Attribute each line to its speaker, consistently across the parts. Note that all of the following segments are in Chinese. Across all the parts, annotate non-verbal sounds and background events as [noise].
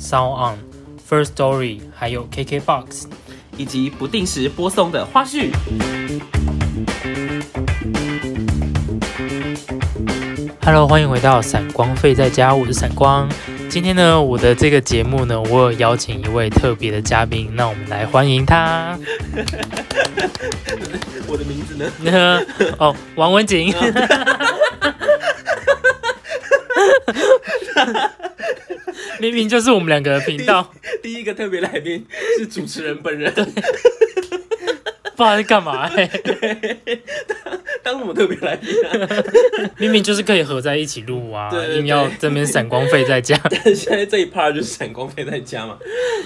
Speaker 1: Sound On、First Story，还有 KKBox。
Speaker 2: 以及不定时播送的花絮。
Speaker 1: Hello，欢迎回到闪光费在家，我是闪光。今天呢，我的这个节目呢，我有邀请一位特别的嘉宾，那我们来欢迎他。 [laughs]
Speaker 2: 我的名字呢？
Speaker 1: 哦，王文景， [laughs] 明明就是我们两个频道，
Speaker 2: [laughs] 第一个特别来宾是主持人本人。
Speaker 1: 不知道在干嘛、欸，
Speaker 2: 当什么特别来宾啊？
Speaker 1: 明明就是可以合在一起录啊，
Speaker 2: 对对对
Speaker 1: 硬要这边闪光费
Speaker 2: [laughs]
Speaker 1: 在家。
Speaker 2: 现在这一 part 就是闪光飞在家嘛。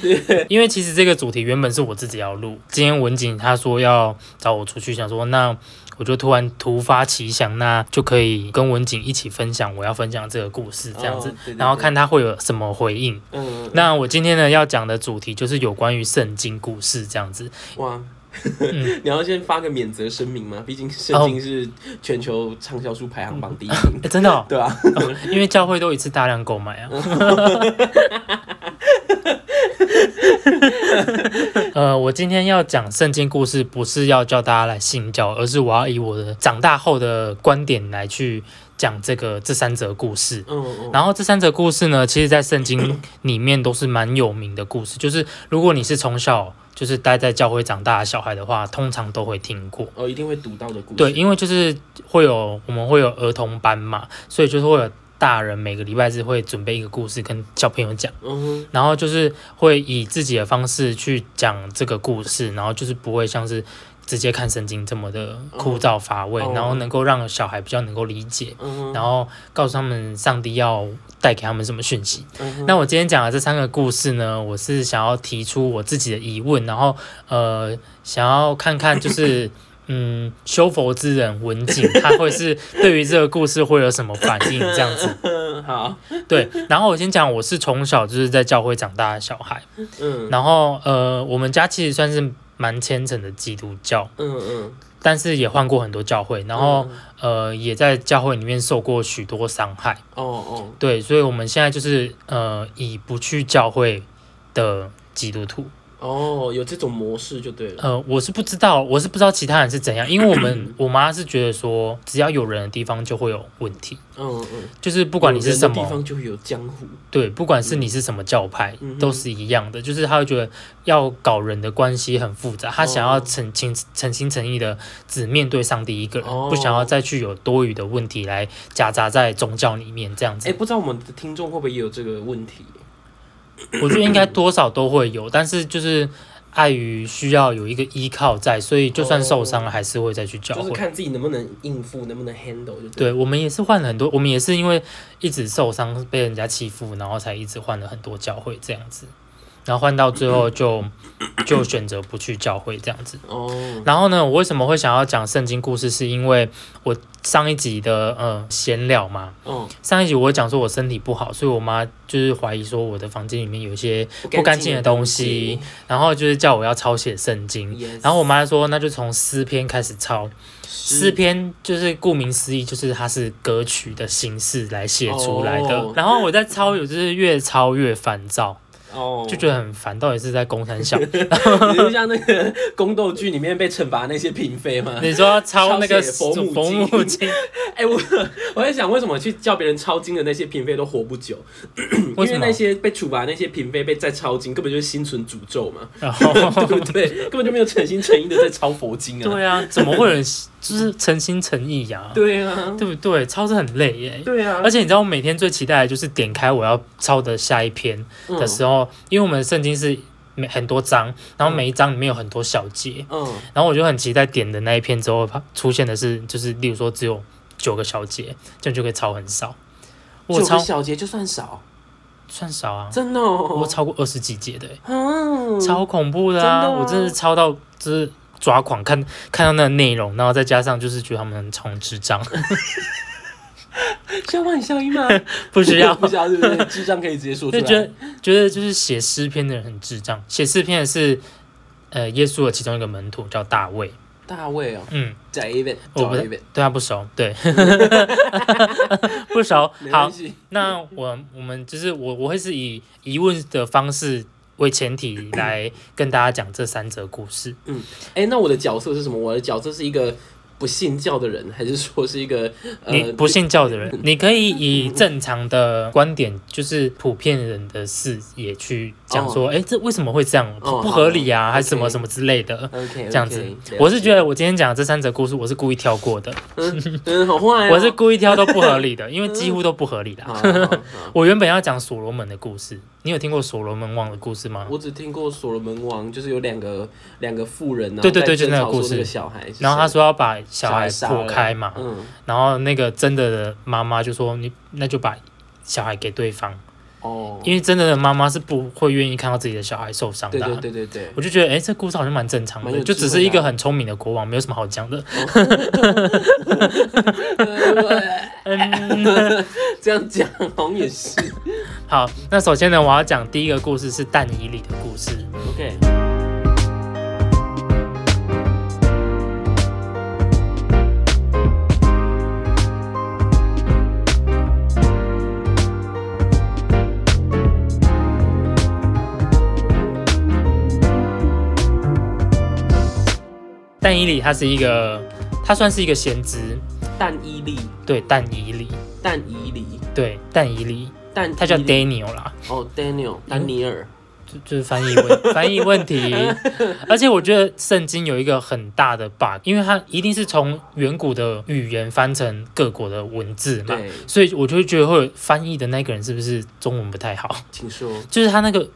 Speaker 2: 对，
Speaker 1: 因为其实这个主题原本是我自己要录，今天文景他说要找我出去，想说那我就突然突发奇想，那就可以跟文景一起分享我要分享这个故事这样子，
Speaker 2: 哦对对对
Speaker 1: 然后看他会有什么回应。
Speaker 2: 嗯，
Speaker 1: 那我今天呢要讲的主题就是有关于圣经故事
Speaker 2: [laughs]
Speaker 1: 这样子，
Speaker 2: 哇。
Speaker 1: 嗯
Speaker 2: [laughs] 你要先发个免责声明吗？毕竟圣经是全球畅销书排行榜第一名，
Speaker 1: 诶真的、哦哦
Speaker 2: 对啊，
Speaker 1: 因为教会都一次大量购买啊。 [laughs] 呃，我今天要讲圣经故事，不是要叫大家来信教，而是我要以我的长大后的观点来去讲这个这三则故事。
Speaker 2: 嗯嗯，
Speaker 1: 然后这三则故事呢，其实，在圣经里面都是蛮有名的故事，就是如果你是从小就是待在教会长大的小孩的话，通常都会听过。
Speaker 2: 哦，一定会读到的故事，
Speaker 1: 对，因为就是会有我们会有儿童班嘛，所以就是会有大人每个礼拜日会准备一个故事跟小朋友讲，
Speaker 2: 嗯
Speaker 1: 然后就是会以自己的方式去讲这个故事，然后就是不会像是直接看圣经这么的枯燥乏味，
Speaker 2: 哦
Speaker 1: 然后能够让小孩比较能够理解，
Speaker 2: 嗯
Speaker 1: 然后告诉他们上帝要带给他们什么讯息。
Speaker 2: 嗯，
Speaker 1: 那我今天讲的这三个故事呢，我是想要提出我自己的疑问，然后呃，想要看看就是嗯，修佛之人文景他会
Speaker 2: [laughs]
Speaker 1: 是对于这个故事会有什么反应这样子。 [laughs]
Speaker 2: 嗯好，
Speaker 1: 对，然后我先讲，我是从小就是在教会长大的小孩，
Speaker 2: 嗯
Speaker 1: 然后呃，我们家其实算是蛮虔诚的基督教，
Speaker 2: 嗯嗯，
Speaker 1: 但是也换过很多教会，然后呃，也在教会里面受过许多伤害。
Speaker 2: 哦哦，
Speaker 1: 对，所以我们现在就是呃，以不去教会的基督徒，
Speaker 2: 哦，有这种模式就对了。
Speaker 1: 呃，我是不知道，我是不知道其他人是怎样，因为我
Speaker 2: [clears throat]
Speaker 1: 们我妈是觉得说，只要有人的地方就会有问题，
Speaker 2: 嗯嗯，
Speaker 1: 就是不
Speaker 2: 不
Speaker 1: 管你是什
Speaker 2: 地
Speaker 1: 么，
Speaker 2: 方，就会有江湖。
Speaker 1: 对，不管是你是什么教派，
Speaker 2: 嗯哼
Speaker 1: 都是一样的，就是她会觉得要搞人的关系很复杂，她想要
Speaker 2: 哦
Speaker 1: 诚情诚心诚意的只面对上帝一个人，
Speaker 2: 哦
Speaker 1: 不想要再去有多余的问题来夹杂在宗教里面这样子
Speaker 2: 哎，。不知道我们的听众会不会也有这个问题？
Speaker 1: 我觉得应该多少都会有，但是就是碍于需要有一个依靠在，所以就算受伤了，还是会再去教
Speaker 2: 哦就是
Speaker 1: 会。
Speaker 2: 看自己能不能应付，能不能 handle 就对了。
Speaker 1: 对我们也是换了很多，我们也是因为一直受伤被人家欺负，然后才一直换了很多教会这样子，然后换到最后就就选择不去教会这样子。
Speaker 2: 哦，
Speaker 1: 然后呢，我为什么会想要讲圣经故事，是因为我上一集的呃闲聊嘛，
Speaker 2: 哦，
Speaker 1: 上一集我有讲说我身体不好，所以我妈就是怀疑说我的房间里面有一些不干净的东西，然后就是叫我要抄写圣经。
Speaker 2: Yes
Speaker 1: 然后我妈说，那就从诗篇开始抄。诗
Speaker 2: 是
Speaker 1: 篇就是顾名思义，就是它是歌曲的形式来写出来的。
Speaker 2: 哦
Speaker 1: 然后我在抄，有就是越抄越烦躁，
Speaker 2: 哦，
Speaker 1: 就觉得很烦，到底是在公山
Speaker 2: [laughs]
Speaker 1: 小。
Speaker 2: 你就像那个宫斗剧里面被惩罚那些嫔妃嘛。
Speaker 1: 你说要抄那
Speaker 2: 抄
Speaker 1: 个
Speaker 2: 写佛母经
Speaker 1: 佛
Speaker 2: [laughs]
Speaker 1: 母经，
Speaker 2: 哎、我我在想，为什么去叫别人抄经的那些嫔妃都活不久？因
Speaker 1: 为什
Speaker 2: 为
Speaker 1: 么
Speaker 2: 那？
Speaker 1: [laughs]
Speaker 2: 些被处罚那些嫔妃被在抄经，根本就是心存诅咒
Speaker 1: [laughs]
Speaker 2: 嘛，
Speaker 1: 然后
Speaker 2: [laughs] 对不对？根本就没有诚心诚意的在抄佛经啊。
Speaker 1: 哦对啊，怎么会有人就是诚心诚意呀、
Speaker 2: 对啊，
Speaker 1: 对不对？抄是很累耶。
Speaker 2: 对啊
Speaker 1: 而，且你知道，我每天最期待的就是点开我要抄的下一篇
Speaker 2: 嗯
Speaker 1: 的时候，因为我们的圣经是每很多章，然后
Speaker 2: 嗯
Speaker 1: 每一章里面有很多小节，
Speaker 2: 嗯
Speaker 1: 然后我就很期待点的那一篇之后，它出现的是就是例如说只有九个小节，这样就可以抄很少。我
Speaker 2: 九个
Speaker 1: 抄
Speaker 2: 小节就算少，
Speaker 1: 算少啊，
Speaker 2: 真的、
Speaker 1: 我
Speaker 2: 哦，
Speaker 1: 超过二十几节的、欸，
Speaker 2: 嗯，
Speaker 1: 超恐怖的啊！
Speaker 2: 真的啊
Speaker 1: 我真的是超到就是抓狂，看看到那个内容，然后再加上就是觉得他们超智障， [laughs]
Speaker 2: 需要万效音吗？
Speaker 1: 不需
Speaker 2: [laughs]
Speaker 1: 要
Speaker 2: 不需要，对不对？智障可以直接说出
Speaker 1: 就
Speaker 2: 来。
Speaker 1: 觉得觉得就是写诗篇的人很智障，写诗篇的是呃耶稣的其中一个门徒叫大卫，
Speaker 2: 大卫哦
Speaker 1: 嗯，
Speaker 2: ，David，
Speaker 1: 我不
Speaker 2: David，
Speaker 1: 对他啊不熟，对， [laughs] 不熟。
Speaker 2: 没
Speaker 1: 好
Speaker 2: 关，系，
Speaker 1: 那我我们就是我我会是以疑问的方式为前提来跟大家讲这三则故事。
Speaker 2: 哎、那我的角色是什么？我的角色是一个不信教的人，还是说是一个
Speaker 1: 你
Speaker 2: 呃
Speaker 1: 不信教的人，你可以以正常的观点，就是普遍人的视野去讲说，哎、这为什么会这样？
Speaker 2: 哦
Speaker 1: 不合理啊，
Speaker 2: 好
Speaker 1: 还是什么
Speaker 2: OK
Speaker 1: 什么之类的。
Speaker 2: OK
Speaker 1: 这样子，我是觉得我今天讲的这三则故事，我是故意挑过的，
Speaker 2: 嗯好坏、哦，
Speaker 1: 我是故意挑都不合理
Speaker 2: [laughs]
Speaker 1: 的，因为几乎都不合理啊
Speaker 2: 好
Speaker 1: 啦。
Speaker 2: 好好
Speaker 1: 我原本要讲所罗门的故事，你有听过所罗门王的故事吗？
Speaker 2: 我只听过所罗门王，就是有两个两个富人，然后
Speaker 1: 对对对
Speaker 2: 在
Speaker 1: 就那个
Speaker 2: 争吵说
Speaker 1: 故事
Speaker 2: 那个小孩是谁，
Speaker 1: 然后他说要把小孩
Speaker 2: 小孩杀了
Speaker 1: 剖开嘛，
Speaker 2: 嗯
Speaker 1: 然后那个真的的妈妈就说你那就把小孩给对方，
Speaker 2: 哦，
Speaker 1: 因为真的的妈妈是不会愿意看到自己的小孩受伤
Speaker 2: 对
Speaker 1: 的啊、
Speaker 2: 对对对对， [laughs]
Speaker 1: 我就觉得，哎、这故事好像蛮正常
Speaker 2: 蛮有
Speaker 1: 的，
Speaker 2: 智慧
Speaker 1: 就
Speaker 2: 的啊
Speaker 1: 只是一个很聪明的国王，没有什么好讲的。嗯，
Speaker 2: 这样讲好像也是
Speaker 1: 好，那首先呢，我要讲第一个故事是但以理的故事。
Speaker 2: OK，
Speaker 1: 但以理他是一个，他算是一个先知，
Speaker 2: 但伊利，
Speaker 1: 对，但以理，
Speaker 2: 但伊里，
Speaker 1: 对，但以理，
Speaker 2: 但
Speaker 1: 他叫嗯
Speaker 2: 伊利
Speaker 1: Daniel 啦，
Speaker 2: 哦 Daniel 丹尼尔，
Speaker 1: 就 [laughs] 就是翻译问翻译问题。 [laughs] 而且我觉得圣经有一个很大的 bug，因为它一定是从远古的语言翻成各国的文字嘛。
Speaker 2: 对，
Speaker 1: 所以我就会觉得会有翻译的那个人是不是中文不太好， [laughs]
Speaker 2: 请说
Speaker 1: 就是他那个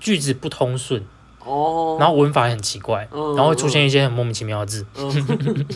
Speaker 1: 句子不通顺，
Speaker 2: 哦，
Speaker 1: 然后文法也很奇怪，
Speaker 2: 后
Speaker 1: 然后会出现一些很莫名其妙的字，
Speaker 2: 嗯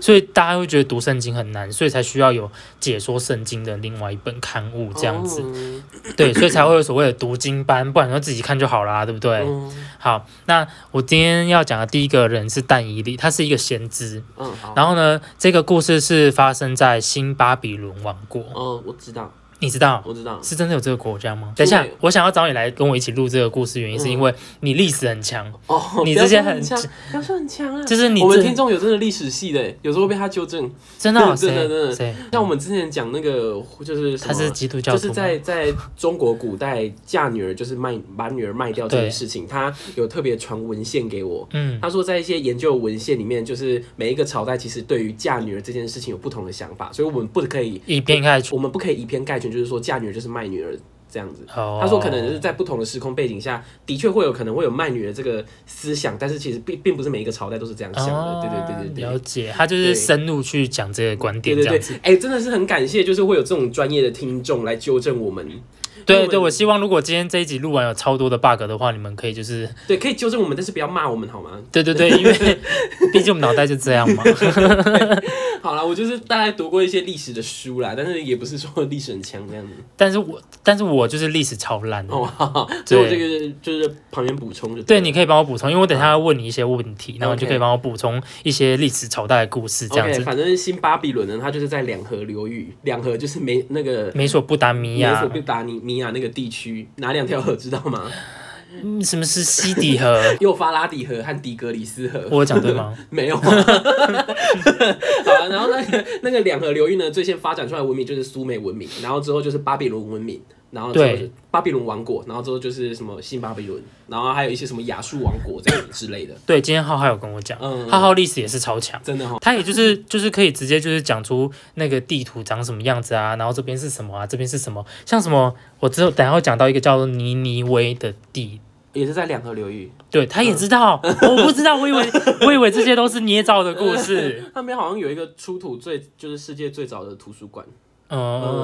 Speaker 1: 所以大家会觉得读圣经很难，所以才需要有解说圣经的另外一本刊物 [laughs] 这样子，
Speaker 2: 子，
Speaker 1: 对，所以才会有所谓的读经班，不然就自己看就好啦，对不对？
Speaker 2: 嗯
Speaker 1: 好，那我今天要讲的第一个人是但以理，他是一个先知，
Speaker 2: 嗯好，
Speaker 1: 然后呢，这个故事是发生在新巴比伦王国，
Speaker 2: 嗯我知道
Speaker 1: 你知道？
Speaker 2: 我知道，
Speaker 1: 是真的有这个国家吗？
Speaker 2: 对嗯
Speaker 1: 等一下，我想要找你来跟我一起录这个故事，原因是因为你历史很强，
Speaker 2: 哦，
Speaker 1: 你
Speaker 2: 不要
Speaker 1: 之前
Speaker 2: 说
Speaker 1: 很
Speaker 2: 强，不要说很强啊，
Speaker 1: 就是你
Speaker 2: 我们
Speaker 1: 这
Speaker 2: 听众有真的历史系的，有时候会被他纠正。
Speaker 1: 真的哦
Speaker 2: 真的真
Speaker 1: 谁
Speaker 2: 的
Speaker 1: 谁，
Speaker 2: 像我们之前讲那个，就是什
Speaker 1: 他
Speaker 2: 么
Speaker 1: 是基督教
Speaker 2: 就
Speaker 1: 徒
Speaker 2: 是
Speaker 1: 吗，
Speaker 2: 在 [laughs] 在中国古代嫁女儿，就是卖把女儿卖掉这件事情，他有特别传文献给我。
Speaker 1: 嗯
Speaker 2: 他说，在一些研究文献里面，就是每一个朝代其实对于嫁女儿这件事情有不同的想法，所以我们不可以，
Speaker 1: 以偏概全。
Speaker 2: 我们不可以以偏概全，就是说嫁女儿就是卖女儿这样子。
Speaker 1: 他
Speaker 2: 他说，可能是在不同的时空背景下，的确会有可能会有卖女儿这个思想，但是其实并并不是每一个朝代都是这样想的。对对对对对
Speaker 1: 哦了。解，他就是
Speaker 2: 对
Speaker 1: 深入去讲这个观
Speaker 2: 对
Speaker 1: 点，这
Speaker 2: 对
Speaker 1: 样
Speaker 2: 对
Speaker 1: 子。，
Speaker 2: 哎、真的是很感谢，就是会有这种专业的听众来纠正我们，因
Speaker 1: 对
Speaker 2: 为
Speaker 1: 对，我希望如果今天这一集录完有超多的 bug 的话，你们可以就是，
Speaker 2: 对，可以纠正我们，但是不要骂我们好吗？
Speaker 1: 对对对，因为毕竟我们脑袋就这样嘛。 [laughs]
Speaker 2: 好啦，我就是大概读过一些历史的书啦，但是也不是说历史很强这样子。
Speaker 1: 但是我但是我就是历史超烂的。
Speaker 2: 哦，好好所以我这个就是旁边补充就
Speaker 1: 对，
Speaker 2: 了
Speaker 1: 你可以帮我补充，因为我等一下要问你一些问题，然后你就
Speaker 2: OK
Speaker 1: 可以帮我补充一些历史朝代的故事，这样
Speaker 2: OK，
Speaker 1: 子。
Speaker 2: 反正新巴比伦呢，它就是在两河流域，两河就是没那个。
Speaker 1: 美索不达米
Speaker 2: 美
Speaker 1: 亚
Speaker 2: 索，不达米亚那个地区哪两条河知道吗？ [laughs]
Speaker 1: 嗯什么是西底河？
Speaker 2: 幼发拉底河和底格里斯河。
Speaker 1: 我有讲对吗？
Speaker 2: 没有啊，好啊，然后那个那个两河流域呢，最先发展出来的文明就是苏美文明，然后之后就是巴比伦文明，然后之后
Speaker 1: 对
Speaker 2: 就巴比伦王国，然后之后就是什么新巴比伦，然后还有一些什么亚述王国这样之类的，
Speaker 1: 对，今天浩浩有跟我讲，
Speaker 2: 嗯
Speaker 1: 浩浩历史也是超强。
Speaker 2: 真的哈、
Speaker 1: 他也就是就是可以直接就是讲出那个地图长什么样子啊，然后这边是什么啊，这边是什么，像什么，我只有等一下会讲到一个叫做尼尼微的地，
Speaker 2: 也是在两河流域，
Speaker 1: 对，他也知道，
Speaker 2: 嗯
Speaker 1: 我不知道，
Speaker 2: [laughs]
Speaker 1: 我以为我以为这些都是捏造的故事，
Speaker 2: 那边好像有一个出土最就是世界最早的图书馆，嗯，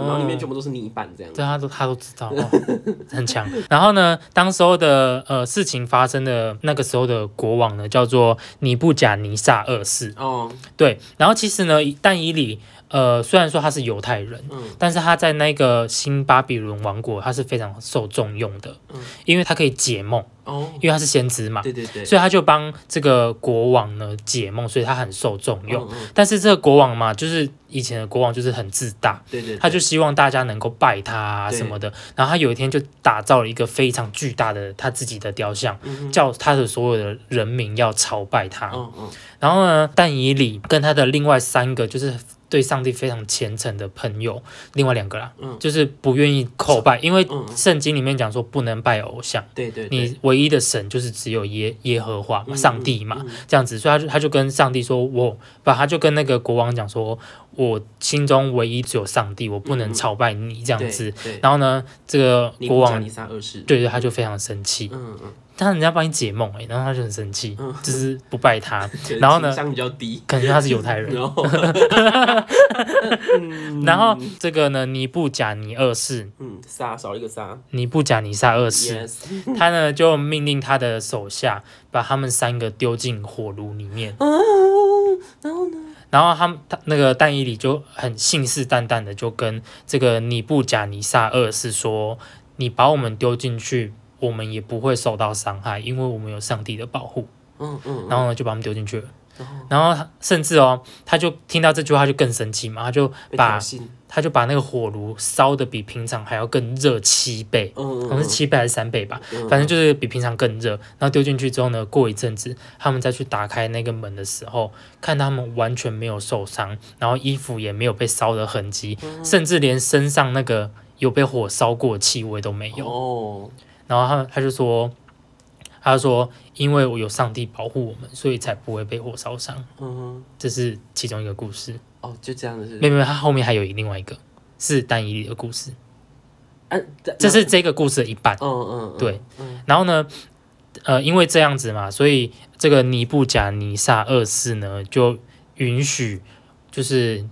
Speaker 2: 然后里
Speaker 1: 嗯，
Speaker 2: 面全部都是泥板这样子，
Speaker 1: 对，他都他都知道，哦、很强。然后呢，当时候的呃事情发生的那个时候的国王呢，叫做尼布甲尼撒二世。
Speaker 2: 哦，
Speaker 1: 对，然后其实呢，但以理呃，虽然说他是犹太人，
Speaker 2: 嗯
Speaker 1: 但是他在那个新巴比伦王国，他是非常受重用的，
Speaker 2: 嗯
Speaker 1: 因为他可以解梦，
Speaker 2: 哦，
Speaker 1: 因为他是先知嘛，
Speaker 2: 对对对，
Speaker 1: 所以他就帮这个国王呢解梦，所以他很受重用。
Speaker 2: 嗯嗯
Speaker 1: 但是这个国王嘛，就是以前的国王就是很自大，
Speaker 2: 对对，对
Speaker 1: 他就希望大家能够拜他啊
Speaker 2: 对
Speaker 1: 什么的。然后他有一天就打造了一个非常巨大的他自己的雕像，
Speaker 2: 嗯哼
Speaker 1: 叫他的所有的人民要朝拜他。
Speaker 2: 嗯嗯
Speaker 1: 然后呢，但以理跟他的另外三个就是对上帝非常虔诚的朋友，另外两个啦，
Speaker 2: 嗯
Speaker 1: 就是不愿意叩拜，因为
Speaker 2: 嗯嗯
Speaker 1: 圣经里面讲说不能拜偶像，
Speaker 2: 对对，对
Speaker 1: 你唯一的神就是只有耶耶和华嘛，
Speaker 2: 嗯
Speaker 1: 上帝嘛。
Speaker 2: 嗯嗯
Speaker 1: 这样子，所以他就他就跟上帝说，我把他就跟那个国王讲说，我心中唯一只有上帝，我
Speaker 2: 嗯
Speaker 1: 不
Speaker 2: 嗯
Speaker 1: 能朝拜你这样
Speaker 2: 对
Speaker 1: 子。
Speaker 2: 对，
Speaker 1: 然后呢，这个
Speaker 2: 尼
Speaker 1: 国
Speaker 2: 古加
Speaker 1: 王
Speaker 2: 尼撒二世，
Speaker 1: 对对，他就非常生气，
Speaker 2: 嗯嗯
Speaker 1: 但人家帮你解梦哎、欸然后他就很生气，
Speaker 2: 嗯，
Speaker 1: 就是不
Speaker 2: [laughs]
Speaker 1: 拜他，
Speaker 2: 对
Speaker 1: 然后
Speaker 2: 情
Speaker 1: 呢
Speaker 2: 商比较低，
Speaker 1: 可能他是犹太人。
Speaker 2: 然后
Speaker 1: 然后这个呢，尼布甲尼二世，
Speaker 2: 嗯，撒少了一个撒
Speaker 1: 尼布甲尼撒二世，
Speaker 2: ，yes，
Speaker 1: 他呢就命令他的手下把他们三个丢进火炉里面。
Speaker 2: 嗯，然后呢，
Speaker 1: 然后他们他那个但以理就很信誓旦旦的就跟这个尼布甲尼撒二世说：“你把我们丢进去，我们也不会受到伤害，因为我们有上帝的保护。
Speaker 2: 嗯”嗯，
Speaker 1: 然后呢，就把他们丢进去了。
Speaker 2: 然后
Speaker 1: 然后他甚至哦，他就听到这句话就更生气嘛，他就
Speaker 2: 被挑
Speaker 1: 把
Speaker 2: 衅，
Speaker 1: 他就把那个火炉烧的比平常还要更热七倍，
Speaker 2: 嗯
Speaker 1: 可
Speaker 2: 嗯，
Speaker 1: 能是七倍还是三倍吧，
Speaker 2: 嗯，
Speaker 1: 反正就是比平常更热。然后丢进去之后呢，过一阵子，他们再去打开那个门的时候，看他们完全没有受伤，然后衣服也没有被烧的痕迹，
Speaker 2: 嗯
Speaker 1: 甚至连身上那个有被火烧过的气味都没有。
Speaker 2: 哦，
Speaker 1: 然后他他就说，他就说，因为我有上帝保护我们，所以才不会被火烧伤。
Speaker 2: 嗯哼，
Speaker 1: 这是其中一个故事。
Speaker 2: 哦，就这样子
Speaker 1: 没
Speaker 2: 是，
Speaker 1: 有没有，他后面还有另外一个是单一的故事，
Speaker 2: 哎，
Speaker 1: 这是这个故事的一半。
Speaker 2: 嗯，嗯嗯，
Speaker 1: 对
Speaker 2: 嗯，
Speaker 1: 然后呢，呃，因为这样子嘛，所以这个尼布甲尼撒二世呢，就允许就是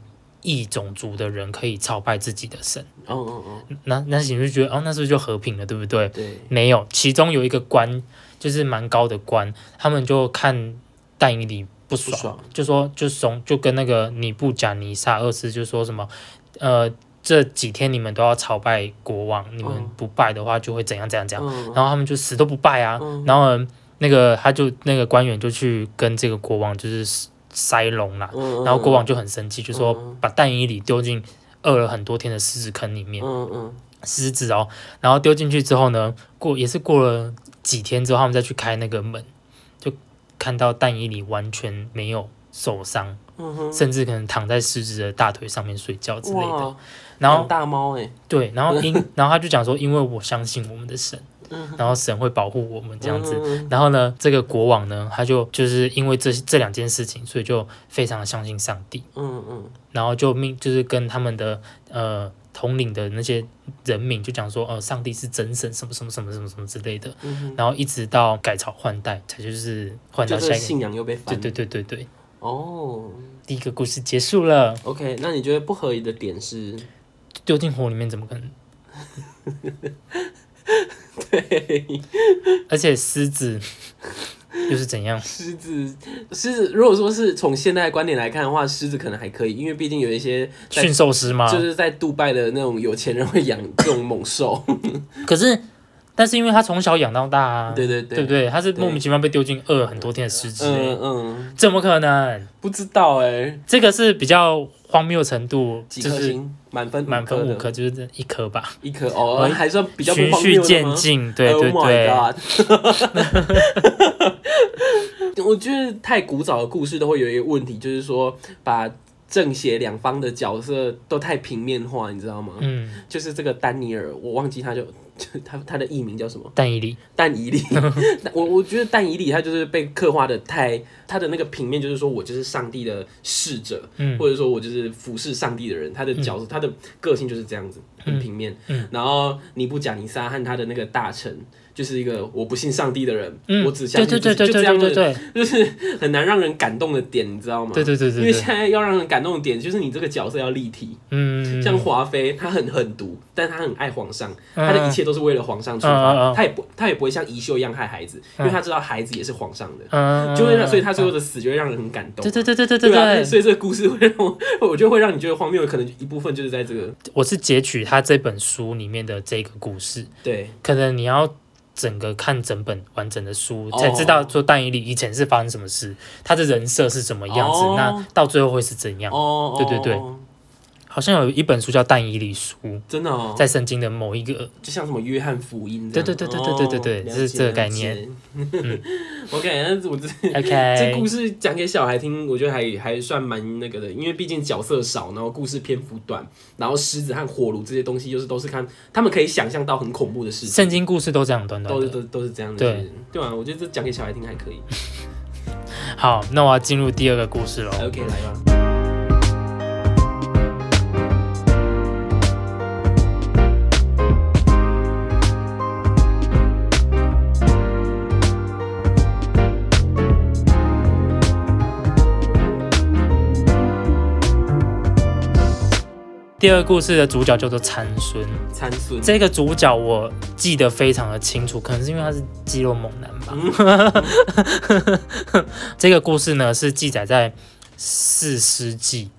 Speaker 1: 异种族的人可以朝拜自己的神。
Speaker 2: 嗯嗯嗯嗯，
Speaker 1: 那那你就觉得，哦，那是不是就和平了，对不对？
Speaker 2: 对，
Speaker 1: 没有，其中有一个官就是蛮高的官，他们就看但以理
Speaker 2: 不
Speaker 1: 不爽，
Speaker 2: 爽，
Speaker 1: 就说就怂，就跟那个尼布甲尼撒二世就说什么，呃。这几天你们都要朝拜国王，你们
Speaker 2: 嗯
Speaker 1: 不拜的话就会怎样怎样怎样。
Speaker 2: 嗯，
Speaker 1: 然后他们就死都不拜啊。
Speaker 2: 嗯
Speaker 1: 然后呢那个他就那个官员就去跟这个国王就是塞塞龙啦，
Speaker 2: 嗯，
Speaker 1: 然后国王就很生气，就说
Speaker 2: 嗯
Speaker 1: 把但以理丢进饿了很多天的狮子坑里面，
Speaker 2: 嗯嗯
Speaker 1: 狮子哦，然后丢进去之后呢，过也是过了几天之后，他们再去开那个门，就看到但以理完全没有受伤，
Speaker 2: 嗯哼，
Speaker 1: 甚至可能躺在狮子的大腿上面睡觉之类的。
Speaker 2: 哇，
Speaker 1: 然后
Speaker 2: 养大猫哎，
Speaker 1: 对，然后因 [laughs] 然后他就讲说，因为我相信我们的神
Speaker 2: 嗯，
Speaker 1: 然后神会保护我们这样子。
Speaker 2: 嗯，
Speaker 1: 然后呢，这个国王呢，他就就是因为这这两件事情，所以就非常的相信上帝，
Speaker 2: 嗯嗯
Speaker 1: 然后就命就是跟他们的呃统领的那些人民就讲说，呃，上帝是真神，什么什么什么什么什么之类的。
Speaker 2: 嗯哼，
Speaker 1: 然后一直到改朝换代，才就是换
Speaker 2: 就
Speaker 1: 到
Speaker 2: 这
Speaker 1: 下
Speaker 2: 个
Speaker 1: 一个。
Speaker 2: 信仰又被
Speaker 1: 对
Speaker 2: 反，
Speaker 1: 对对对对，
Speaker 2: 哦
Speaker 1: 第一个故事结束了，
Speaker 2: ，OK，那你觉得不合理的点是？ [laughs]
Speaker 1: 丢进火里面怎么可能？
Speaker 2: 对，
Speaker 1: 而且狮子又是怎样？
Speaker 2: 狮子，狮子，如果说是从现代的观点来看的话，狮子可能还可以，因为毕竟有一些 [laughs] 在
Speaker 1: 驯兽师吗？
Speaker 2: 就是在杜拜的那种有钱人会养这种猛兽，
Speaker 1: 可是，但是因为他从小养到大 [laughs] 啊，
Speaker 2: 对对
Speaker 1: 对
Speaker 2: 对
Speaker 1: 不对？他是
Speaker 2: 对
Speaker 1: 莫名其妙被丢进饿很多天的狮子、
Speaker 2: 嗯嗯，
Speaker 1: 怎么可能？
Speaker 2: 不知道哎、
Speaker 1: 这个是比较荒谬程度，
Speaker 2: 几
Speaker 1: 就
Speaker 2: 颗
Speaker 1: 是
Speaker 2: 星，满分
Speaker 1: 满分
Speaker 2: 五
Speaker 1: 五
Speaker 2: 颗
Speaker 1: 颗，
Speaker 2: 的，
Speaker 1: 就是这一颗吧，
Speaker 2: 一颗哦，
Speaker 1: 哎
Speaker 2: 还算比较不
Speaker 1: 循
Speaker 2: 荒
Speaker 1: 序
Speaker 2: 谬的吗
Speaker 1: 渐进，对对
Speaker 2: Oh
Speaker 1: 对。
Speaker 2: my god！我觉得太古早的故事都会有一个问题，就是说把正邪两方的角色都太平面化，你知道吗？
Speaker 1: 嗯，
Speaker 2: 就是这个丹尼尔，我忘记他就 [laughs] 就他他的艺名叫什么。
Speaker 1: 但以理，
Speaker 2: 但以理， [laughs] 我我觉得但以理他就是被刻画的太他的那个平面，就是说我就是上帝的侍者，
Speaker 1: 嗯
Speaker 2: 或者说我就是服侍上帝的人，他的角色、他
Speaker 1: 嗯
Speaker 2: 的个性就是这样子，很平面。然后尼布贾尼撒和他的那个大臣，就是一个我不信上帝的人，
Speaker 1: 嗯，
Speaker 2: 我只相信
Speaker 1: 对对
Speaker 2: 自
Speaker 1: 对
Speaker 2: 己
Speaker 1: 对对
Speaker 2: 就
Speaker 1: 对
Speaker 2: 这样
Speaker 1: 对
Speaker 2: 子，就是很难让人感动的点，你知道吗？
Speaker 1: 对对对
Speaker 2: 因为
Speaker 1: 对
Speaker 2: 现
Speaker 1: 对，
Speaker 2: 在要让人感动的点，就是你这个角色要立体。
Speaker 1: 嗯，
Speaker 2: 像华妃，她很狠毒，但她很爱皇上，
Speaker 1: 嗯
Speaker 2: 她的一切都是为了皇上出
Speaker 1: 嗯嗯
Speaker 2: 发。
Speaker 1: 嗯
Speaker 2: 她也不，她也不会像宜秀一样害孩子，因为她知道孩子也是皇上的，
Speaker 1: 嗯，
Speaker 2: 就会让，所以她最后的死就会让人很感动。
Speaker 1: 对对对对对
Speaker 2: 对
Speaker 1: 对
Speaker 2: 啊，
Speaker 1: 对，
Speaker 2: 所以这个故事会让我， [laughs] 我觉得会让你觉得荒谬，可能一部分就是在这个
Speaker 1: 我是截取他这本书里面的这个故事，
Speaker 2: 对
Speaker 1: 可能你要整个看整本完整的书，
Speaker 2: 哦
Speaker 1: 才知道说但以理以前是发生什么事，他的人设是什么样子，
Speaker 2: 哦
Speaker 1: 那到最后会是怎样？
Speaker 2: 哦，
Speaker 1: 对对对
Speaker 2: 哦，
Speaker 1: 好像有一本书叫《但以理书》，
Speaker 2: 真的哦，
Speaker 1: 在圣经的某
Speaker 2: [laughs]
Speaker 1: 一个，
Speaker 2: 就像什么约翰福音这
Speaker 1: 对
Speaker 2: 样，
Speaker 1: 对对对对对对对
Speaker 2: 哦
Speaker 1: 是
Speaker 2: 了解
Speaker 1: 这个概
Speaker 2: 了解
Speaker 1: 念嗯
Speaker 2: [laughs] OK，那我这这
Speaker 1: OK，
Speaker 2: 故事讲给小孩听，我觉得还还算蛮那个的，因为毕竟角色少，然后故事篇幅短，然后狮子和火炉这些东西，就是都是看他们可以想象到很恐怖的事情，
Speaker 1: 圣经故事都这样短短
Speaker 2: 都是
Speaker 1: 的。
Speaker 2: 都都是这样的，
Speaker 1: 对
Speaker 2: 是不是对啊，我觉得这讲给小孩听还可以。
Speaker 1: 好，那我要进入第二个故事喽。
Speaker 2: OK，来吧。
Speaker 1: 第二个故事的主角叫做参孙，
Speaker 2: 参孙，
Speaker 1: 这个主角我记得非常的清楚，可能是因为他是肌肉猛男吧。
Speaker 2: 嗯
Speaker 1: [laughs] 这个故事呢是记载在四世纪，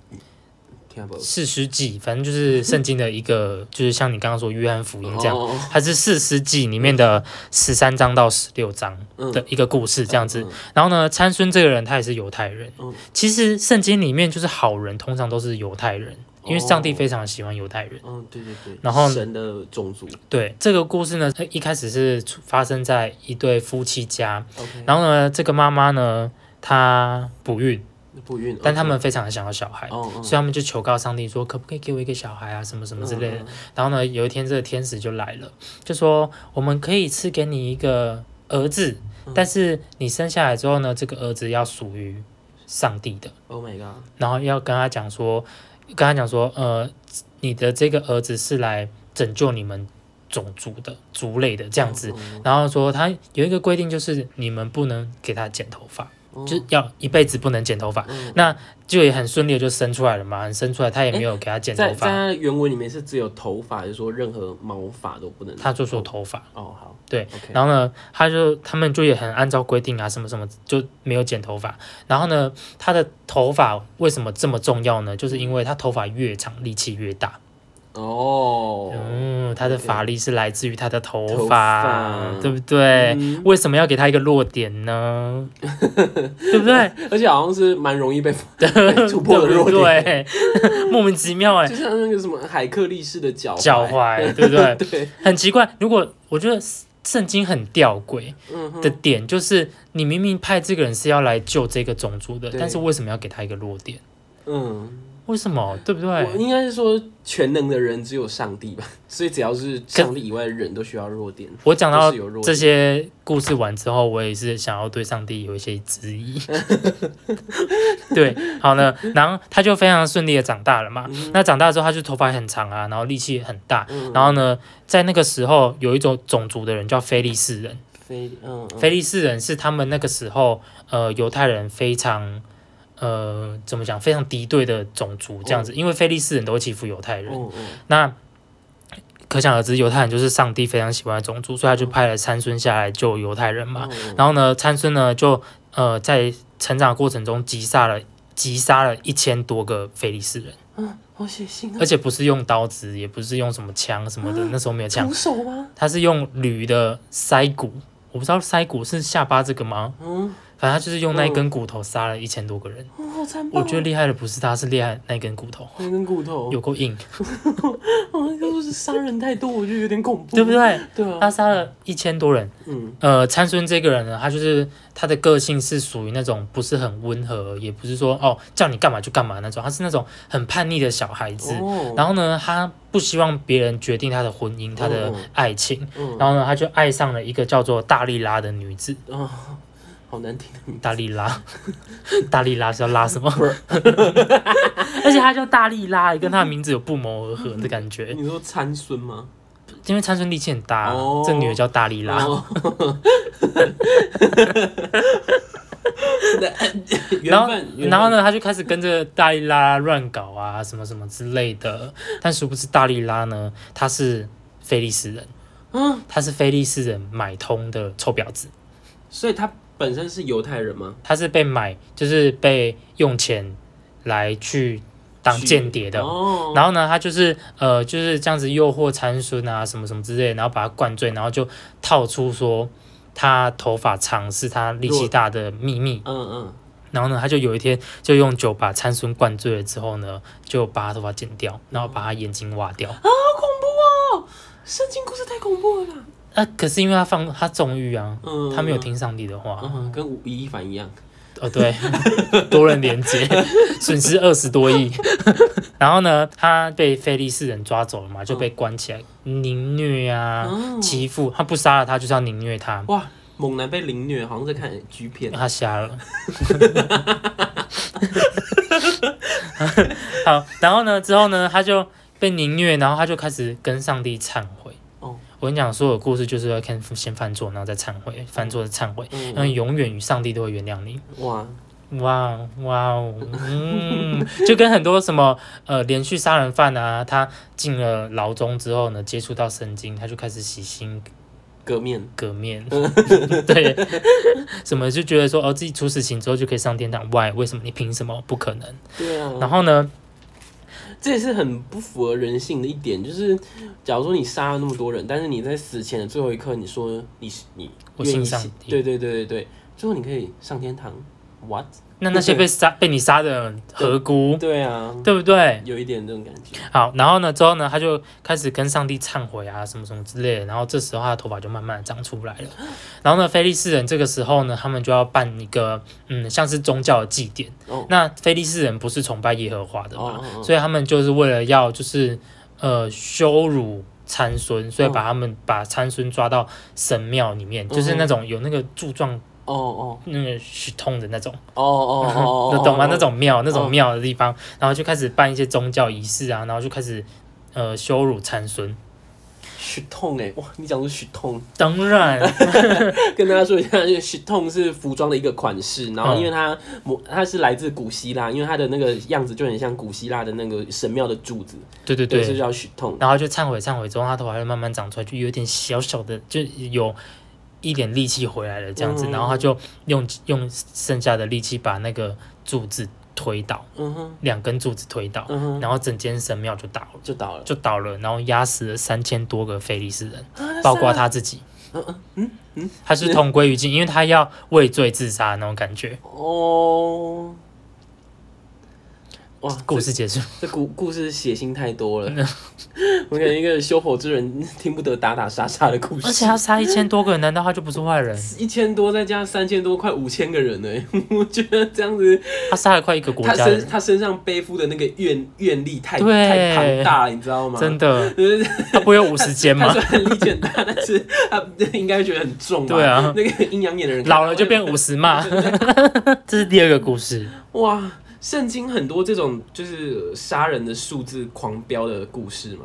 Speaker 2: 听不懂？
Speaker 1: 四世纪，反正就是圣经的一个， [laughs] 就是像你刚刚说约翰福音这样，
Speaker 2: 哦，哦
Speaker 1: 它是四世纪里面的十三章到十六章
Speaker 2: 嗯
Speaker 1: 的一个故事这样子
Speaker 2: 嗯。
Speaker 1: 然后呢，参孙这个人他也是犹太人
Speaker 2: 嗯，
Speaker 1: 其实圣经里面就是好人通常都是犹太人，因为上帝
Speaker 2: 哦
Speaker 1: 非常喜欢犹太人。
Speaker 2: 嗯，对对对，
Speaker 1: 然后
Speaker 2: 神的种族
Speaker 1: 对这个故事呢，呃一开始是出发生在一对夫妻家，
Speaker 2: ，OK，
Speaker 1: 然后呢，这个妈妈呢她不孕，
Speaker 2: 不孕，
Speaker 1: 但他们非常的想要小孩，
Speaker 2: 嗯哦，
Speaker 1: 所以他们就求告上帝说，可不可以给我一个小孩啊，什么什么之
Speaker 2: 嗯
Speaker 1: 类的。然后呢，有一天这个天使就来了，就说我们可以赐给你一个儿子，
Speaker 2: 嗯
Speaker 1: 但是你生下来之后呢，这个儿子要属于上帝的，
Speaker 2: ，Oh my god，
Speaker 1: 然后要跟他讲说，跟他讲说，呃，你的这个儿子是来拯救你们种族的族类的这样
Speaker 2: 哦
Speaker 1: 子。
Speaker 2: 嗯
Speaker 1: 然后说他有一个规定，就是你们不能给他剪头发，
Speaker 2: 嗯
Speaker 1: 就是要一辈子不能剪头发。那就也很顺利地就生出来了嘛，生出来他也没有给他剪头
Speaker 2: 在在
Speaker 1: 发，
Speaker 2: 它的原文里面是只有头发，就是说任何毛发都不能。
Speaker 1: 他就说头发。
Speaker 2: 哦，好，
Speaker 1: 对
Speaker 2: ，OK，
Speaker 1: 然后呢，他就他们就也很按照规定啊，什么什么就没有剪头发。然后呢，他的头发为什么这么重要呢？就是因为他头发越长，力气越大。
Speaker 2: 哦，
Speaker 1: 嗯，他的
Speaker 2: OK
Speaker 1: 法力是来自于他的头
Speaker 2: 头
Speaker 1: 发，
Speaker 2: 发
Speaker 1: 对不对？
Speaker 2: 嗯
Speaker 1: 为什么要给他一个弱点
Speaker 2: [laughs]
Speaker 1: 呢？对不对？
Speaker 2: 而且好像是蛮容易被
Speaker 1: 对
Speaker 2: [laughs] 突破的弱点，
Speaker 1: 对， [laughs] 莫名其妙哎、
Speaker 2: 就像那个什么海克力士的脚
Speaker 1: 脚踝，对不
Speaker 2: [laughs]
Speaker 1: 对？
Speaker 2: 对，
Speaker 1: 很奇怪。如果我觉得圣经很吊诡，
Speaker 2: 嗯哼，
Speaker 1: 的点就是，你明明派这个人是要来救这个种族的，
Speaker 2: 对
Speaker 1: 但是为什么要给他一个弱点？
Speaker 2: 嗯，
Speaker 1: 为什么？对不
Speaker 2: 我
Speaker 1: 对？
Speaker 2: 应该是说全能的人只有上帝吧， [laughs] 所以只要是上帝以外的人都需要弱点，
Speaker 1: 我讲
Speaker 2: 都
Speaker 1: 到
Speaker 2: 是有弱
Speaker 1: 这
Speaker 2: 点。
Speaker 1: 些故事完之后，我也是想要对上帝有一些
Speaker 2: [laughs]
Speaker 1: 质疑。对，好呢，然后他就非常顺利的长大了嘛。
Speaker 2: 嗯
Speaker 1: 那长大之后，他就头发很长啊，然后力气也很大。然后呢，在那个时候，有一种种族的人叫非利士人。
Speaker 2: 非嗯嗯
Speaker 1: 菲利士人是他们那个时候呃犹太人非常呃怎么讲非常敌对的种族这样子，因为菲利士人都会欺负犹太人，
Speaker 2: 嗯嗯
Speaker 1: 那可想而知犹太人就是上帝非常喜欢的种族，所以他就派了参孙下来救犹太人嘛。
Speaker 2: 嗯
Speaker 1: 然后呢，参孙呢就呃在成长过程中击杀了。击杀了一千多个菲利士人，
Speaker 2: 嗯，嗯好血腥啊！
Speaker 1: 而且不是用刀子，也不是用什么枪什么的，那时候没有枪
Speaker 2: 徒，手吗？
Speaker 1: 他是用驴的腮骨，我不知道腮骨是下巴这个吗？
Speaker 2: 嗯，
Speaker 1: 反正他就是用那一根骨头杀了一千多个人。
Speaker 2: 哦好残暴啊！
Speaker 1: 我觉得厉害的不是他，是厉害那一根骨头
Speaker 2: 那根骨头， [laughs]
Speaker 1: 有够硬，
Speaker 2: 哦，那就是杀人太多，我觉得有点恐怖，
Speaker 1: 对不？对？
Speaker 2: 对啊，
Speaker 1: 他杀了一千多人。
Speaker 2: 嗯
Speaker 1: 呃，参孙这个人呢，他就是他的个性是属于那种不是很温和，也不是说哦叫你干嘛就干嘛那种，他是那种很叛逆的小孩子。
Speaker 2: 哦，
Speaker 1: 啊然后呢，他不希望别人决定他的婚姻、他的
Speaker 2: 嗯
Speaker 1: 爱情。
Speaker 2: 嗯
Speaker 1: 然后呢，他就爱上了一个叫做大力拉的女子。
Speaker 2: 啊，好难听的名字
Speaker 1: 大力拉， [laughs] 大力拉是要拉什么？ [laughs] 而且他叫大力拉，跟他的名字有不谋而合的感觉。
Speaker 2: 你说参孙吗？
Speaker 1: 因为参孙力气很大，
Speaker 2: 哦
Speaker 1: 这女的叫大力拉。
Speaker 2: 然后， [laughs]
Speaker 1: 然
Speaker 2: 原
Speaker 1: 后
Speaker 2: 本，
Speaker 1: 然后？呢，他就开始跟着大力拉乱搞啊，什么什么之类的。但殊不知，大力拉呢，他是菲利斯人，
Speaker 2: 嗯，
Speaker 1: 他是菲利斯人买通的臭婊子，
Speaker 2: 所以他本身是犹太人吗？
Speaker 1: 他是被买，就是被用钱来去当
Speaker 2: 去
Speaker 1: 间谍的。
Speaker 2: 哦，
Speaker 1: 然后呢，他就是呃，就是这样子诱惑参孙啊，什么什么之类的，然后把他灌醉，然后就套出说他头发长是他力气
Speaker 2: 弱
Speaker 1: 大的秘密。
Speaker 2: 嗯嗯，
Speaker 1: 然后呢，他就有一天就用酒把参孙灌醉了之后呢，就把他头发剪掉，然后把他眼睛挖掉。
Speaker 2: 好恐怖哦！圣经故事太恐怖了啦。
Speaker 1: 啊，可是因为他放他纵欲啊，
Speaker 2: 嗯，
Speaker 1: 他没有听上帝的话。
Speaker 2: 嗯，跟吴亦凡一样。
Speaker 1: 哦，对，多人连接，损失二十多亿。然后呢，他被菲利斯人抓走了嘛，就被关起来凌虐啊、
Speaker 2: 嗯哦
Speaker 1: 欺负。他不杀了他，就是要凌虐他。
Speaker 2: 哇，猛男被凌虐，好像在看 G 片。
Speaker 1: 他瞎了。好，然后呢，之后呢，他就被凌虐，然后他就开始跟上帝忏悔。
Speaker 2: 哦
Speaker 1: 我跟你讲，所有故事就是要看先犯错，然后再忏悔，犯错再忏悔，然后
Speaker 2: 嗯，
Speaker 1: 永远与上帝都会原谅你。
Speaker 2: 哇，
Speaker 1: 哇哦哇哦，嗯，就跟很多什么呃连续杀人犯啊，他进了牢中之后呢，接触到圣经，他就开始洗心
Speaker 2: 革面。
Speaker 1: 革面，对，什么就觉得说哦，自己处死刑之后就可以上天堂，why？为什么？你凭什么？不可能。
Speaker 2: 对啊。
Speaker 1: 然后呢，
Speaker 2: 这也是很不符合人性的一点，就是假如说你杀了那么多人，但是你在死前的最后一刻，你说你你
Speaker 1: 我
Speaker 2: 愿
Speaker 1: 信
Speaker 2: 意
Speaker 1: 上
Speaker 2: 信
Speaker 1: 帝
Speaker 2: 对对对对对，最后你可以上天堂，what？
Speaker 1: 那那些被杀被你杀的人何辜，
Speaker 2: 对啊，
Speaker 1: 对不对？
Speaker 2: 有一点这种感觉，
Speaker 1: 好，然后呢之后呢，他就开始跟上帝忏悔啊，什么什么之类的。然后这时候他的头发就慢慢的长出来了。然后呢，菲利斯人这个时候呢，他们就要办一个嗯，像是宗教的祭典。
Speaker 2: 哦
Speaker 1: 那菲利斯人不是崇拜耶和华的嘛，
Speaker 2: 哦哦哦
Speaker 1: 所以他们就是为了要就是呃羞辱参孙，所以
Speaker 2: 嗯
Speaker 1: 把他们把参孙抓到神庙里面，就是
Speaker 2: 嗯
Speaker 1: 那种有那个柱状
Speaker 2: 哦哦
Speaker 1: 那个血痛的那种，
Speaker 2: 哦哦哦哦，
Speaker 1: 你懂吗？
Speaker 2: 哦
Speaker 1: [laughs] 那种庙那
Speaker 2: 嗯
Speaker 1: 种庙的地方，然后就开始办一些宗教仪式啊，然后就开始呃羞辱参孙。
Speaker 2: 血痛哎，哇，你讲出血痛，
Speaker 1: 当然，
Speaker 2: 跟大家说一下，就是血痛是服装的一个款式，然后
Speaker 1: 嗯
Speaker 2: 因为它模它是来自古希腊，因为它的那个样子就很像古希腊的那个神庙的柱子，
Speaker 1: [laughs] 对对
Speaker 2: 对，所以
Speaker 1: 对，
Speaker 2: 叫血痛。
Speaker 1: 然后就忏悔忏悔之后，他头发就慢慢长出来，就有点小小的，就有一点力气回来了这样子，
Speaker 2: 嗯
Speaker 1: 然后他就用用剩下的力气把那个柱子推倒，
Speaker 2: 嗯哼，
Speaker 1: 两根柱子推倒，
Speaker 2: 嗯哼，
Speaker 1: 然后整间神庙就倒了。
Speaker 2: 就倒了，
Speaker 1: 就倒了，然后压死了三千多个非利士人，
Speaker 2: 啊
Speaker 1: 包括他自己。嗯他是同归于尽，因为他要畏罪自杀那种感觉。
Speaker 2: 哦，哇，
Speaker 1: 故事结束，
Speaker 2: 这这故故事血腥太多了， [laughs] 我感觉一个修火之人听不得打打杀杀的故事，
Speaker 1: 而且他杀一千多个人，难道他就不是坏 [laughs] 人？
Speaker 2: 一千多再加三千多，快五千个人呢、 [laughs] 我觉得这样子，
Speaker 1: 他杀了快一个国
Speaker 2: 他
Speaker 1: 家的
Speaker 2: 身
Speaker 1: 人，
Speaker 2: 他身上背负的那个怨怨力太
Speaker 1: 对
Speaker 2: 太庞大了，你知道吗？
Speaker 1: 真的，
Speaker 2: 就是
Speaker 1: [laughs] 他不会有五十间
Speaker 2: 他
Speaker 1: 吗
Speaker 2: 虽？然力气很大， [laughs] 但是他应该觉得很重吧？
Speaker 1: 对啊
Speaker 2: 那个阴阳眼的人看
Speaker 1: [laughs] 老了就变五十 [laughs] 嘛。这是第二个故事，
Speaker 2: [laughs] 哇，圣经很多这种就是杀人的数字狂飙的故事嘛，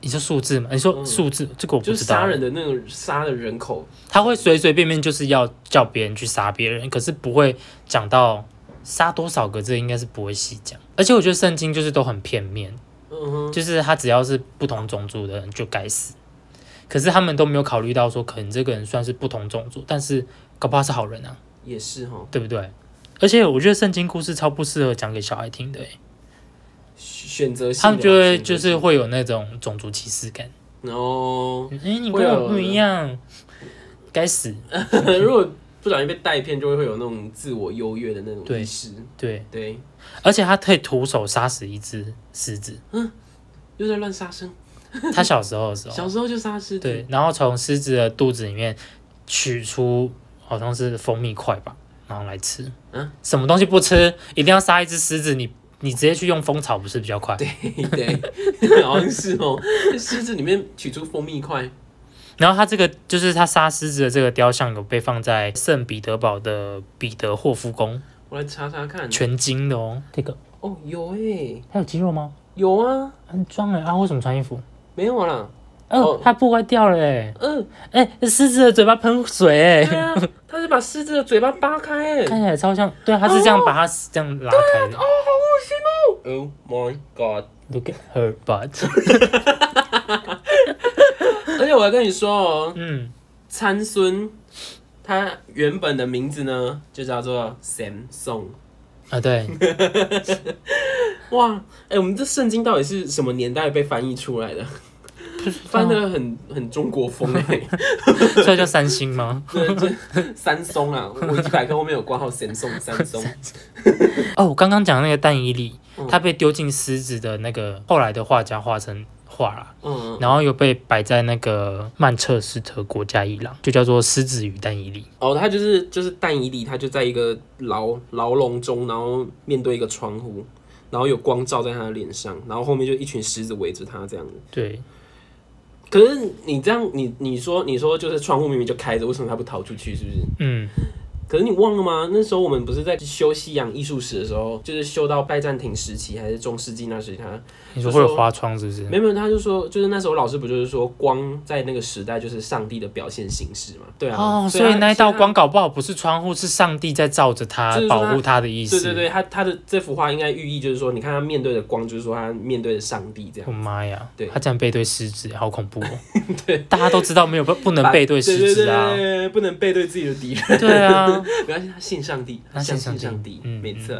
Speaker 1: 你说数字嘛？你说
Speaker 2: 嗯
Speaker 1: 数字，这个我不
Speaker 2: 就是
Speaker 1: 知道
Speaker 2: 杀。人的那种杀的人口，
Speaker 1: 他会随随便便就是要叫别人去杀别人，可是不会讲到杀多少个，这应该是不会细讲。而且我觉得圣经就是都很片面，
Speaker 2: 嗯哼，
Speaker 1: 就是他只要是不同种族的人就该死，可是他们都没有考虑到说，可能这个人算是不同种族，但是搞不好是好人啊，
Speaker 2: 也是哈，
Speaker 1: 对不对？而且我觉得圣经故事超不适合讲给小孩听的欸，
Speaker 2: 选择性的
Speaker 1: 他们就会
Speaker 2: 选择性
Speaker 1: 就是会有那种种族歧视感，
Speaker 2: 然后
Speaker 1: 哎、你
Speaker 2: 会
Speaker 1: 跟
Speaker 2: 有
Speaker 1: 我不一样，该死，
Speaker 2: [laughs] 如果不小心被带偏，就会会有那种自我优越的那种
Speaker 1: 对
Speaker 2: 意识，
Speaker 1: 对，
Speaker 2: 对，
Speaker 1: 而且他可以徒手杀死一只狮子，
Speaker 2: 又在乱杀生，
Speaker 1: 他小时候的时候，
Speaker 2: 小时候就杀狮子，
Speaker 1: 哦对，然后从狮子的肚子里面取出好像是蜂蜜块吧，然后来吃。
Speaker 2: 嗯，
Speaker 1: 什么东西不吃，一定要杀一只狮子，你你直接去用蜂巢不是比较快？ [laughs]
Speaker 2: 对，好像是哦，狮子里面取出蜂蜜块，
Speaker 1: 然后他这个就是他杀狮子的这个雕像有被放在圣彼得堡的彼得霍夫宫，
Speaker 2: 我来查查看，
Speaker 1: 全金的哦。这个
Speaker 2: 哦，有哎、
Speaker 1: 他有肌肉吗？
Speaker 2: 有啊，
Speaker 1: 欸很壮哎啊！为什么穿衣服？
Speaker 2: 没有啊啦，
Speaker 1: 哦
Speaker 2: 哦，
Speaker 1: 它破坏掉了哎、
Speaker 2: 嗯，
Speaker 1: 欸，哎、狮子的嘴巴喷水哎、
Speaker 2: 对
Speaker 1: [laughs]
Speaker 2: 啊，他是把狮子的嘴巴扒开，哎，哦
Speaker 1: 看起来超像，对，它是这样把它这样拉开的。
Speaker 2: 好恶心哦！Oh my god！
Speaker 1: Look at her butt，
Speaker 2: 而且我要跟你说哦，
Speaker 1: 嗯，
Speaker 2: 参孙他原本的名字呢就叫做 Samson。
Speaker 1: 啊对，
Speaker 2: 哇，哎、我们这圣经到底是什么年代被翻译出来的？ [laughs] 翻的很很中国风哎、
Speaker 1: 哦所以叫三星吗？
Speaker 2: 对，这三松啊，我一百科后面有挂号神松三松，
Speaker 1: 哦，我刚刚讲的那个但以理
Speaker 2: 嗯，
Speaker 1: 他被丢进狮子的那个后来的画家画成画啦，
Speaker 2: 嗯，
Speaker 1: 然后又被摆在那个曼彻斯特国家伊朗，就叫做《狮子与但以理》。
Speaker 2: 哦，他就是就是蛋以里，他就在一个牢牢笼中，然后面对一个窗户，然后有光照在他的脸上，然后后面就一群狮子围着他这样子。
Speaker 1: 对，
Speaker 2: 可是你这样，你你说你说就是窗户明明就开着，为什么他不逃出去？是不是？
Speaker 1: 嗯，
Speaker 2: 可是你忘了吗？那时候我们不是在修西洋艺术史的时候，就是修到拜占庭时期还是中世纪那时期，他
Speaker 1: 你说会有花窗是不是？
Speaker 2: 没有，没有，他就说，就是那时候老师不就是说，光在那个时代就是上帝的表现形式嘛？对啊，
Speaker 1: 哦，
Speaker 2: 所
Speaker 1: 所
Speaker 2: 以
Speaker 1: 以
Speaker 2: 他
Speaker 1: 那一道。
Speaker 2: 所以
Speaker 1: 光搞不好不是窗户，是上帝在照着他
Speaker 2: 就是，说
Speaker 1: 保
Speaker 2: 他
Speaker 1: 护他的意
Speaker 2: 他
Speaker 1: 思。
Speaker 2: 对对对，他他的这幅画应该寓意就是说，你看他面对的光，就是说他面对的上帝这样。
Speaker 1: 我妈呀
Speaker 2: 对！
Speaker 1: 他竟然背对狮子，好恐
Speaker 2: [laughs]
Speaker 1: 怖哦！大家都知道没有不不能
Speaker 2: 把
Speaker 1: 背对狮子啊
Speaker 2: 对，对对对不能背对自己的敌人。
Speaker 1: 对啊，
Speaker 2: 没关系，他信上帝，
Speaker 1: 他
Speaker 2: 相
Speaker 1: 信
Speaker 2: 信
Speaker 1: 上
Speaker 2: 上
Speaker 1: 帝
Speaker 2: 帝，
Speaker 1: 嗯
Speaker 2: 没
Speaker 1: 嗯
Speaker 2: 错。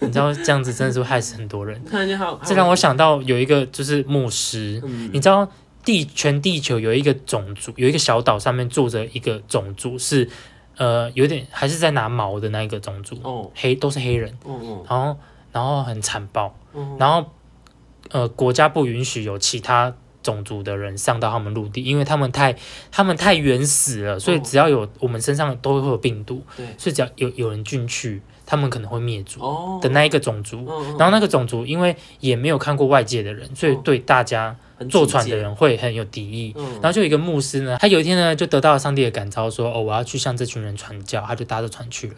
Speaker 1: 你知道这样子真的是会害死很多人。
Speaker 2: 突然间好，
Speaker 1: 这让我想到有一个就是牧师，
Speaker 2: 嗯
Speaker 1: 你知道地全地球有一个种族，有一个小岛上面住着一个种族是呃有点还是在拿毛的那一个种族，
Speaker 2: 哦
Speaker 1: 黑都是黑人，
Speaker 2: 哦哦
Speaker 1: 然后然后很残暴，
Speaker 2: 哦
Speaker 1: 然后呃国家不允许有其他。种族的人上到他们陆地，因为他们太他们太原始了，所以
Speaker 2: 哦
Speaker 1: 只要有我们身上都会有病毒，
Speaker 2: 对
Speaker 1: 所以只要有有人进去，他们可能会灭族
Speaker 2: 哦
Speaker 1: 的那一个种族。
Speaker 2: 嗯
Speaker 1: 然后那个种族因为也没有看过外界的人，所以
Speaker 2: 嗯
Speaker 1: 对大家
Speaker 2: 很
Speaker 1: 坐
Speaker 2: 警
Speaker 1: 船的
Speaker 2: 戒，
Speaker 1: 人会很有敌意。
Speaker 2: 嗯，
Speaker 1: 然后就有一个牧师呢，他有一天呢就得到了上帝的感召说，哦，我要去向这群人传教，他就搭着船去了。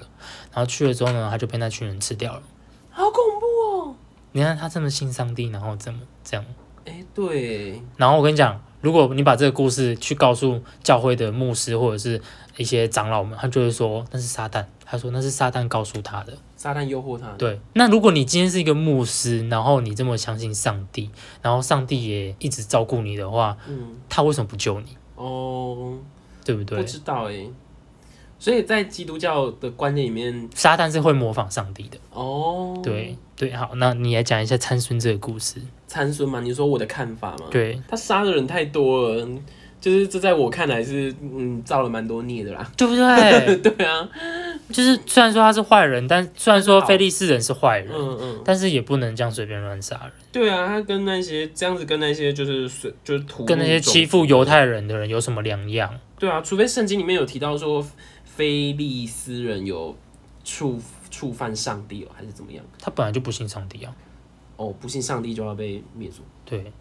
Speaker 1: 然后去了之后呢，他就被那群人吃掉了。
Speaker 2: 好恐怖哦！
Speaker 1: 你看他这么信上帝，然后这么这样。
Speaker 2: 哎，对，
Speaker 1: 然后我跟你讲，如果你把这个故事去告诉教会的牧师或者是一些长老们，他就会说那是撒旦，他说那是撒旦告诉他的。
Speaker 2: 撒旦诱惑他，
Speaker 1: 对，那如果你今天是一个牧师，然后你这么相信上帝，然后上帝也一直照顾你的话，
Speaker 2: 嗯，
Speaker 1: 他为什么不救你？
Speaker 2: 哦，
Speaker 1: 对不
Speaker 2: 不
Speaker 1: 对？
Speaker 2: 知道哎。所以在基督教的观念里面，
Speaker 1: 撒旦是会模仿上帝的。
Speaker 2: 哦，
Speaker 1: 对，对，好，那你来讲一下参孙这个故事。
Speaker 2: 参孙嘛，你说我的看法嘛，
Speaker 1: 对，
Speaker 2: 他杀的人太多了，就是这在我看来是嗯造了蛮多孽的啦。 [laughs]
Speaker 1: 对不对？
Speaker 2: 对啊，
Speaker 1: 就是虽然说他是坏人，但虽然说菲利士人是坏人，
Speaker 2: 嗯嗯，
Speaker 1: 但是也不能这样随便乱杀人，
Speaker 2: 对啊，他跟那些这样子跟那些就是随就是屠戮
Speaker 1: 跟那些
Speaker 2: 种
Speaker 1: 欺负犹太人的人有什么两样？
Speaker 2: 对啊，除非圣经里面有提到说非利斯人有触触犯上帝哦，还是怎么样？
Speaker 1: 他本来就不信上帝啊。
Speaker 2: 哦，不信上帝就要被灭族。
Speaker 1: 对，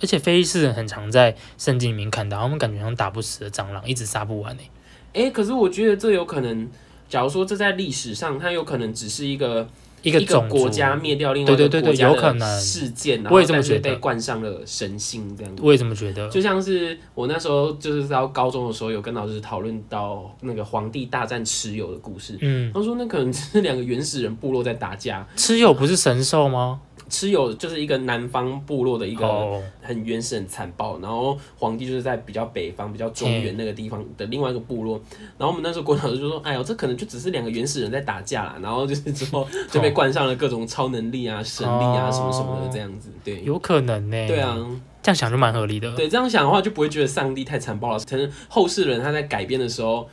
Speaker 1: 而且菲利士人很常在圣经里面看到，他们感觉像打不死的蟑螂，一直杀不完诶、欸
Speaker 2: 哎、可是我觉得这有可能，假如说这在历史上，它有可能只是一个
Speaker 1: 一个种族
Speaker 2: 国家灭掉另外一
Speaker 1: 对
Speaker 2: 个
Speaker 1: 对对
Speaker 2: 国家
Speaker 1: 有可
Speaker 2: 的
Speaker 1: 能
Speaker 2: 事件，然
Speaker 1: 我
Speaker 2: 后
Speaker 1: 也这么
Speaker 2: 但是
Speaker 1: 觉得
Speaker 2: 被冠上了神性这样子。
Speaker 1: 我也这么觉得。
Speaker 2: 就像是我那时候就是到高中的时候，有跟老师讨论到那个皇帝大战蚩尤的故事。
Speaker 1: 嗯，
Speaker 2: 他说那可能是两个原始人部落在打架，
Speaker 1: 蚩尤不是神兽吗？
Speaker 2: 蚩尤就是一个南方部落的一个
Speaker 1: 哦，
Speaker 2: 很原始、很残暴，然后皇帝就是在比较北方、比较中原那个地方的另外一个部落。然后我们那时候国文老师就说：“哎呦，这可能就只是两个原始人在打架啦。”然后就是之后就被冠上了各种超能力啊、神力啊
Speaker 1: 哦
Speaker 2: 什么什么的这样子。对，
Speaker 1: 有可能呢、
Speaker 2: 对啊，，
Speaker 1: 这样想就蛮合理的。
Speaker 2: 对，这样想的话就不会觉得上帝太残暴了。可能后世人他在改编的时候，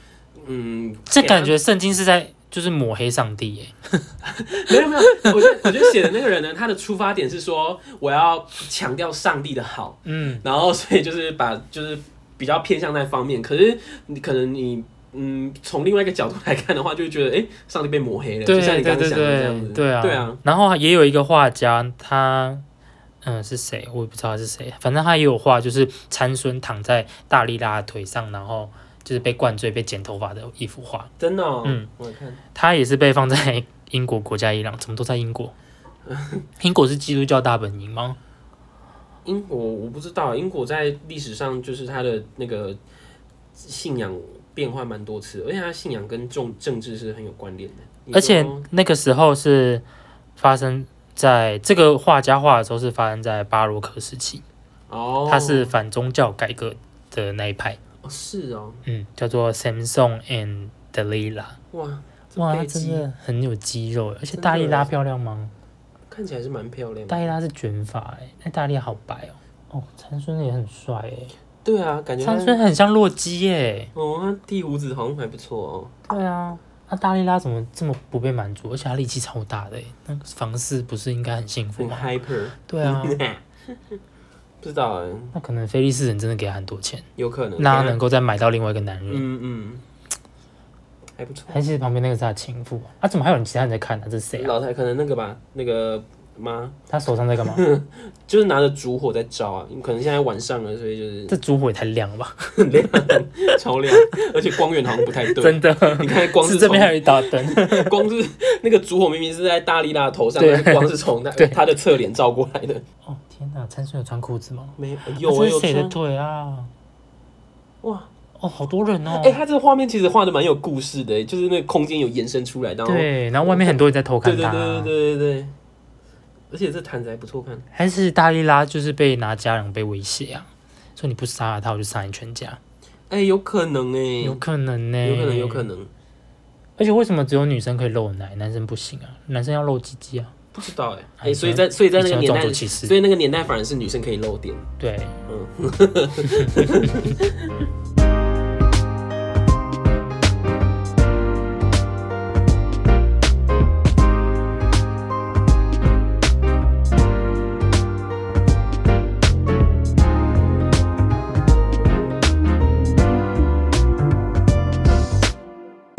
Speaker 2: 嗯，
Speaker 1: 这
Speaker 2: 给他
Speaker 1: 感觉圣经是在就是抹黑上帝耶、
Speaker 2: 没有没有，我觉得我觉得写的那个人呢，他的出发点是说我要强调上帝的好，
Speaker 1: 嗯，
Speaker 2: 然后所以就是把就是比较偏向那方面。可是你可能你嗯，从另外一个角度来看的话，就会觉得哎、诶上帝被抹黑了，
Speaker 1: 对
Speaker 2: 就像
Speaker 1: 对
Speaker 2: 你
Speaker 1: 对
Speaker 2: 刚刚
Speaker 1: 对
Speaker 2: 讲的这样
Speaker 1: 对
Speaker 2: 子，，
Speaker 1: 对啊，
Speaker 2: 对啊，。
Speaker 1: 然后也有一个画家，他嗯是谁我也不知道他是谁，反正他也有画，就是参孙躺在大力拉的腿上，然后就是被灌醉、被剪头发的一幅画。
Speaker 2: 真的、哦，
Speaker 1: 嗯，
Speaker 2: 我看
Speaker 1: 他也是被放在英
Speaker 2: [laughs]
Speaker 1: 国国家伊朗，怎么都在英国？英国是基督教大本营吗？
Speaker 2: 英国我不知道，英国在历史上就是它的那个信仰变化蛮多次的，而且它信仰跟政政治是很有关联的。你
Speaker 1: 而且
Speaker 2: 说
Speaker 1: 那个时候是发生在这个画家画的时候是发生在巴洛克时期，
Speaker 2: 哦，
Speaker 1: 他是反宗教改革的那一派，
Speaker 2: 哦是哦，
Speaker 1: 嗯，叫做 Samson and Delilah。
Speaker 2: 哇这
Speaker 1: 哇，
Speaker 2: 背
Speaker 1: 她
Speaker 2: 肌
Speaker 1: 真的很有肌肉耶，而且
Speaker 2: 真的
Speaker 1: 大力拉漂亮吗？
Speaker 2: 看起来是蛮漂亮的。
Speaker 1: 大力拉是卷发哎，那大力好白哦。哦，长孙也很帅哎，
Speaker 2: 对啊，感觉他
Speaker 1: 长孙很像洛基耶。
Speaker 2: 哦，他剃胡子好像还不错哦。
Speaker 1: 对啊，那大力拉怎么这么不被满足？而且他力气超大的哎，那个房事不是应该很幸福
Speaker 2: 很
Speaker 1: 吗？
Speaker 2: hyper，
Speaker 1: 对啊，
Speaker 2: [laughs] 不知道哎，
Speaker 1: 那可能菲利斯人真的给他很多钱，
Speaker 2: 有可能。
Speaker 1: 那他
Speaker 2: 等
Speaker 1: 能
Speaker 2: 下
Speaker 1: 够再买到另外一个男人。
Speaker 2: 嗯嗯，还不错。
Speaker 1: 还是旁边那个是他情妇啊？啊，怎么还有人其他人在看呢、这是谁啊？
Speaker 2: 老太可能那个吧，那个妈
Speaker 1: 他手上在
Speaker 2: [laughs]
Speaker 1: 干嘛？
Speaker 2: 就是拿着烛火在照啊，可能现在晚上了，所以就是
Speaker 1: [laughs] 这烛火也太亮了吧！
Speaker 2: 很亮，超亮，而且光源好像不太对。
Speaker 1: 真的，
Speaker 2: 你看光
Speaker 1: [laughs] 是
Speaker 2: 是
Speaker 1: 这边还
Speaker 2: 从
Speaker 1: 有一道灯。
Speaker 2: 光是那个烛火明明是在大力拉的头上，
Speaker 1: 对
Speaker 2: 但是光是从他
Speaker 1: [laughs] 对
Speaker 2: 他的侧脸照过来的。
Speaker 1: 哦天哪，陈水有穿裤子吗？
Speaker 2: 没有
Speaker 1: 啊
Speaker 2: 有
Speaker 1: 这
Speaker 2: 有
Speaker 1: 是谁的
Speaker 2: 穿
Speaker 1: 腿啊？
Speaker 2: 哇！
Speaker 1: 哦，好多人哦。
Speaker 2: 哎，他这个画面其实画的蛮有故事的，就是那个空间有延伸出来，然后
Speaker 1: 对，然后外面很多人在偷
Speaker 2: 对
Speaker 1: 看
Speaker 2: 对
Speaker 1: 他。啊
Speaker 2: 对对对对对，而且这毯子还不错看。
Speaker 1: 还是大力拉就是被拿家人被威胁啊，说你不杀了他，我就杀你全家。
Speaker 2: 哎、有可能哎、
Speaker 1: 有
Speaker 2: 有
Speaker 1: 可能呢、
Speaker 2: 可能有可。能，
Speaker 1: 而且为什么只有女生可以露奶，男生不行啊？男生要露鸡鸡啊。
Speaker 2: 不知道哎、哎、
Speaker 1: 哎
Speaker 2: 所以在所以在那
Speaker 1: 以
Speaker 2: 个
Speaker 1: 前
Speaker 2: 年
Speaker 1: 有种
Speaker 2: 代
Speaker 1: 族，歧视。
Speaker 2: 所以那个年代反而是女生可以露点。
Speaker 1: 对，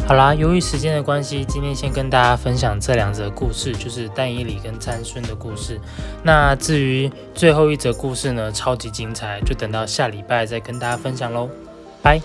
Speaker 1: 好啦，由于时间的关系，今天先跟大家分享这两则故事，就是但以理跟参孙的故事。那至于最后一则故事呢，超级精彩，就等到下礼拜再跟大家分享喽，拜。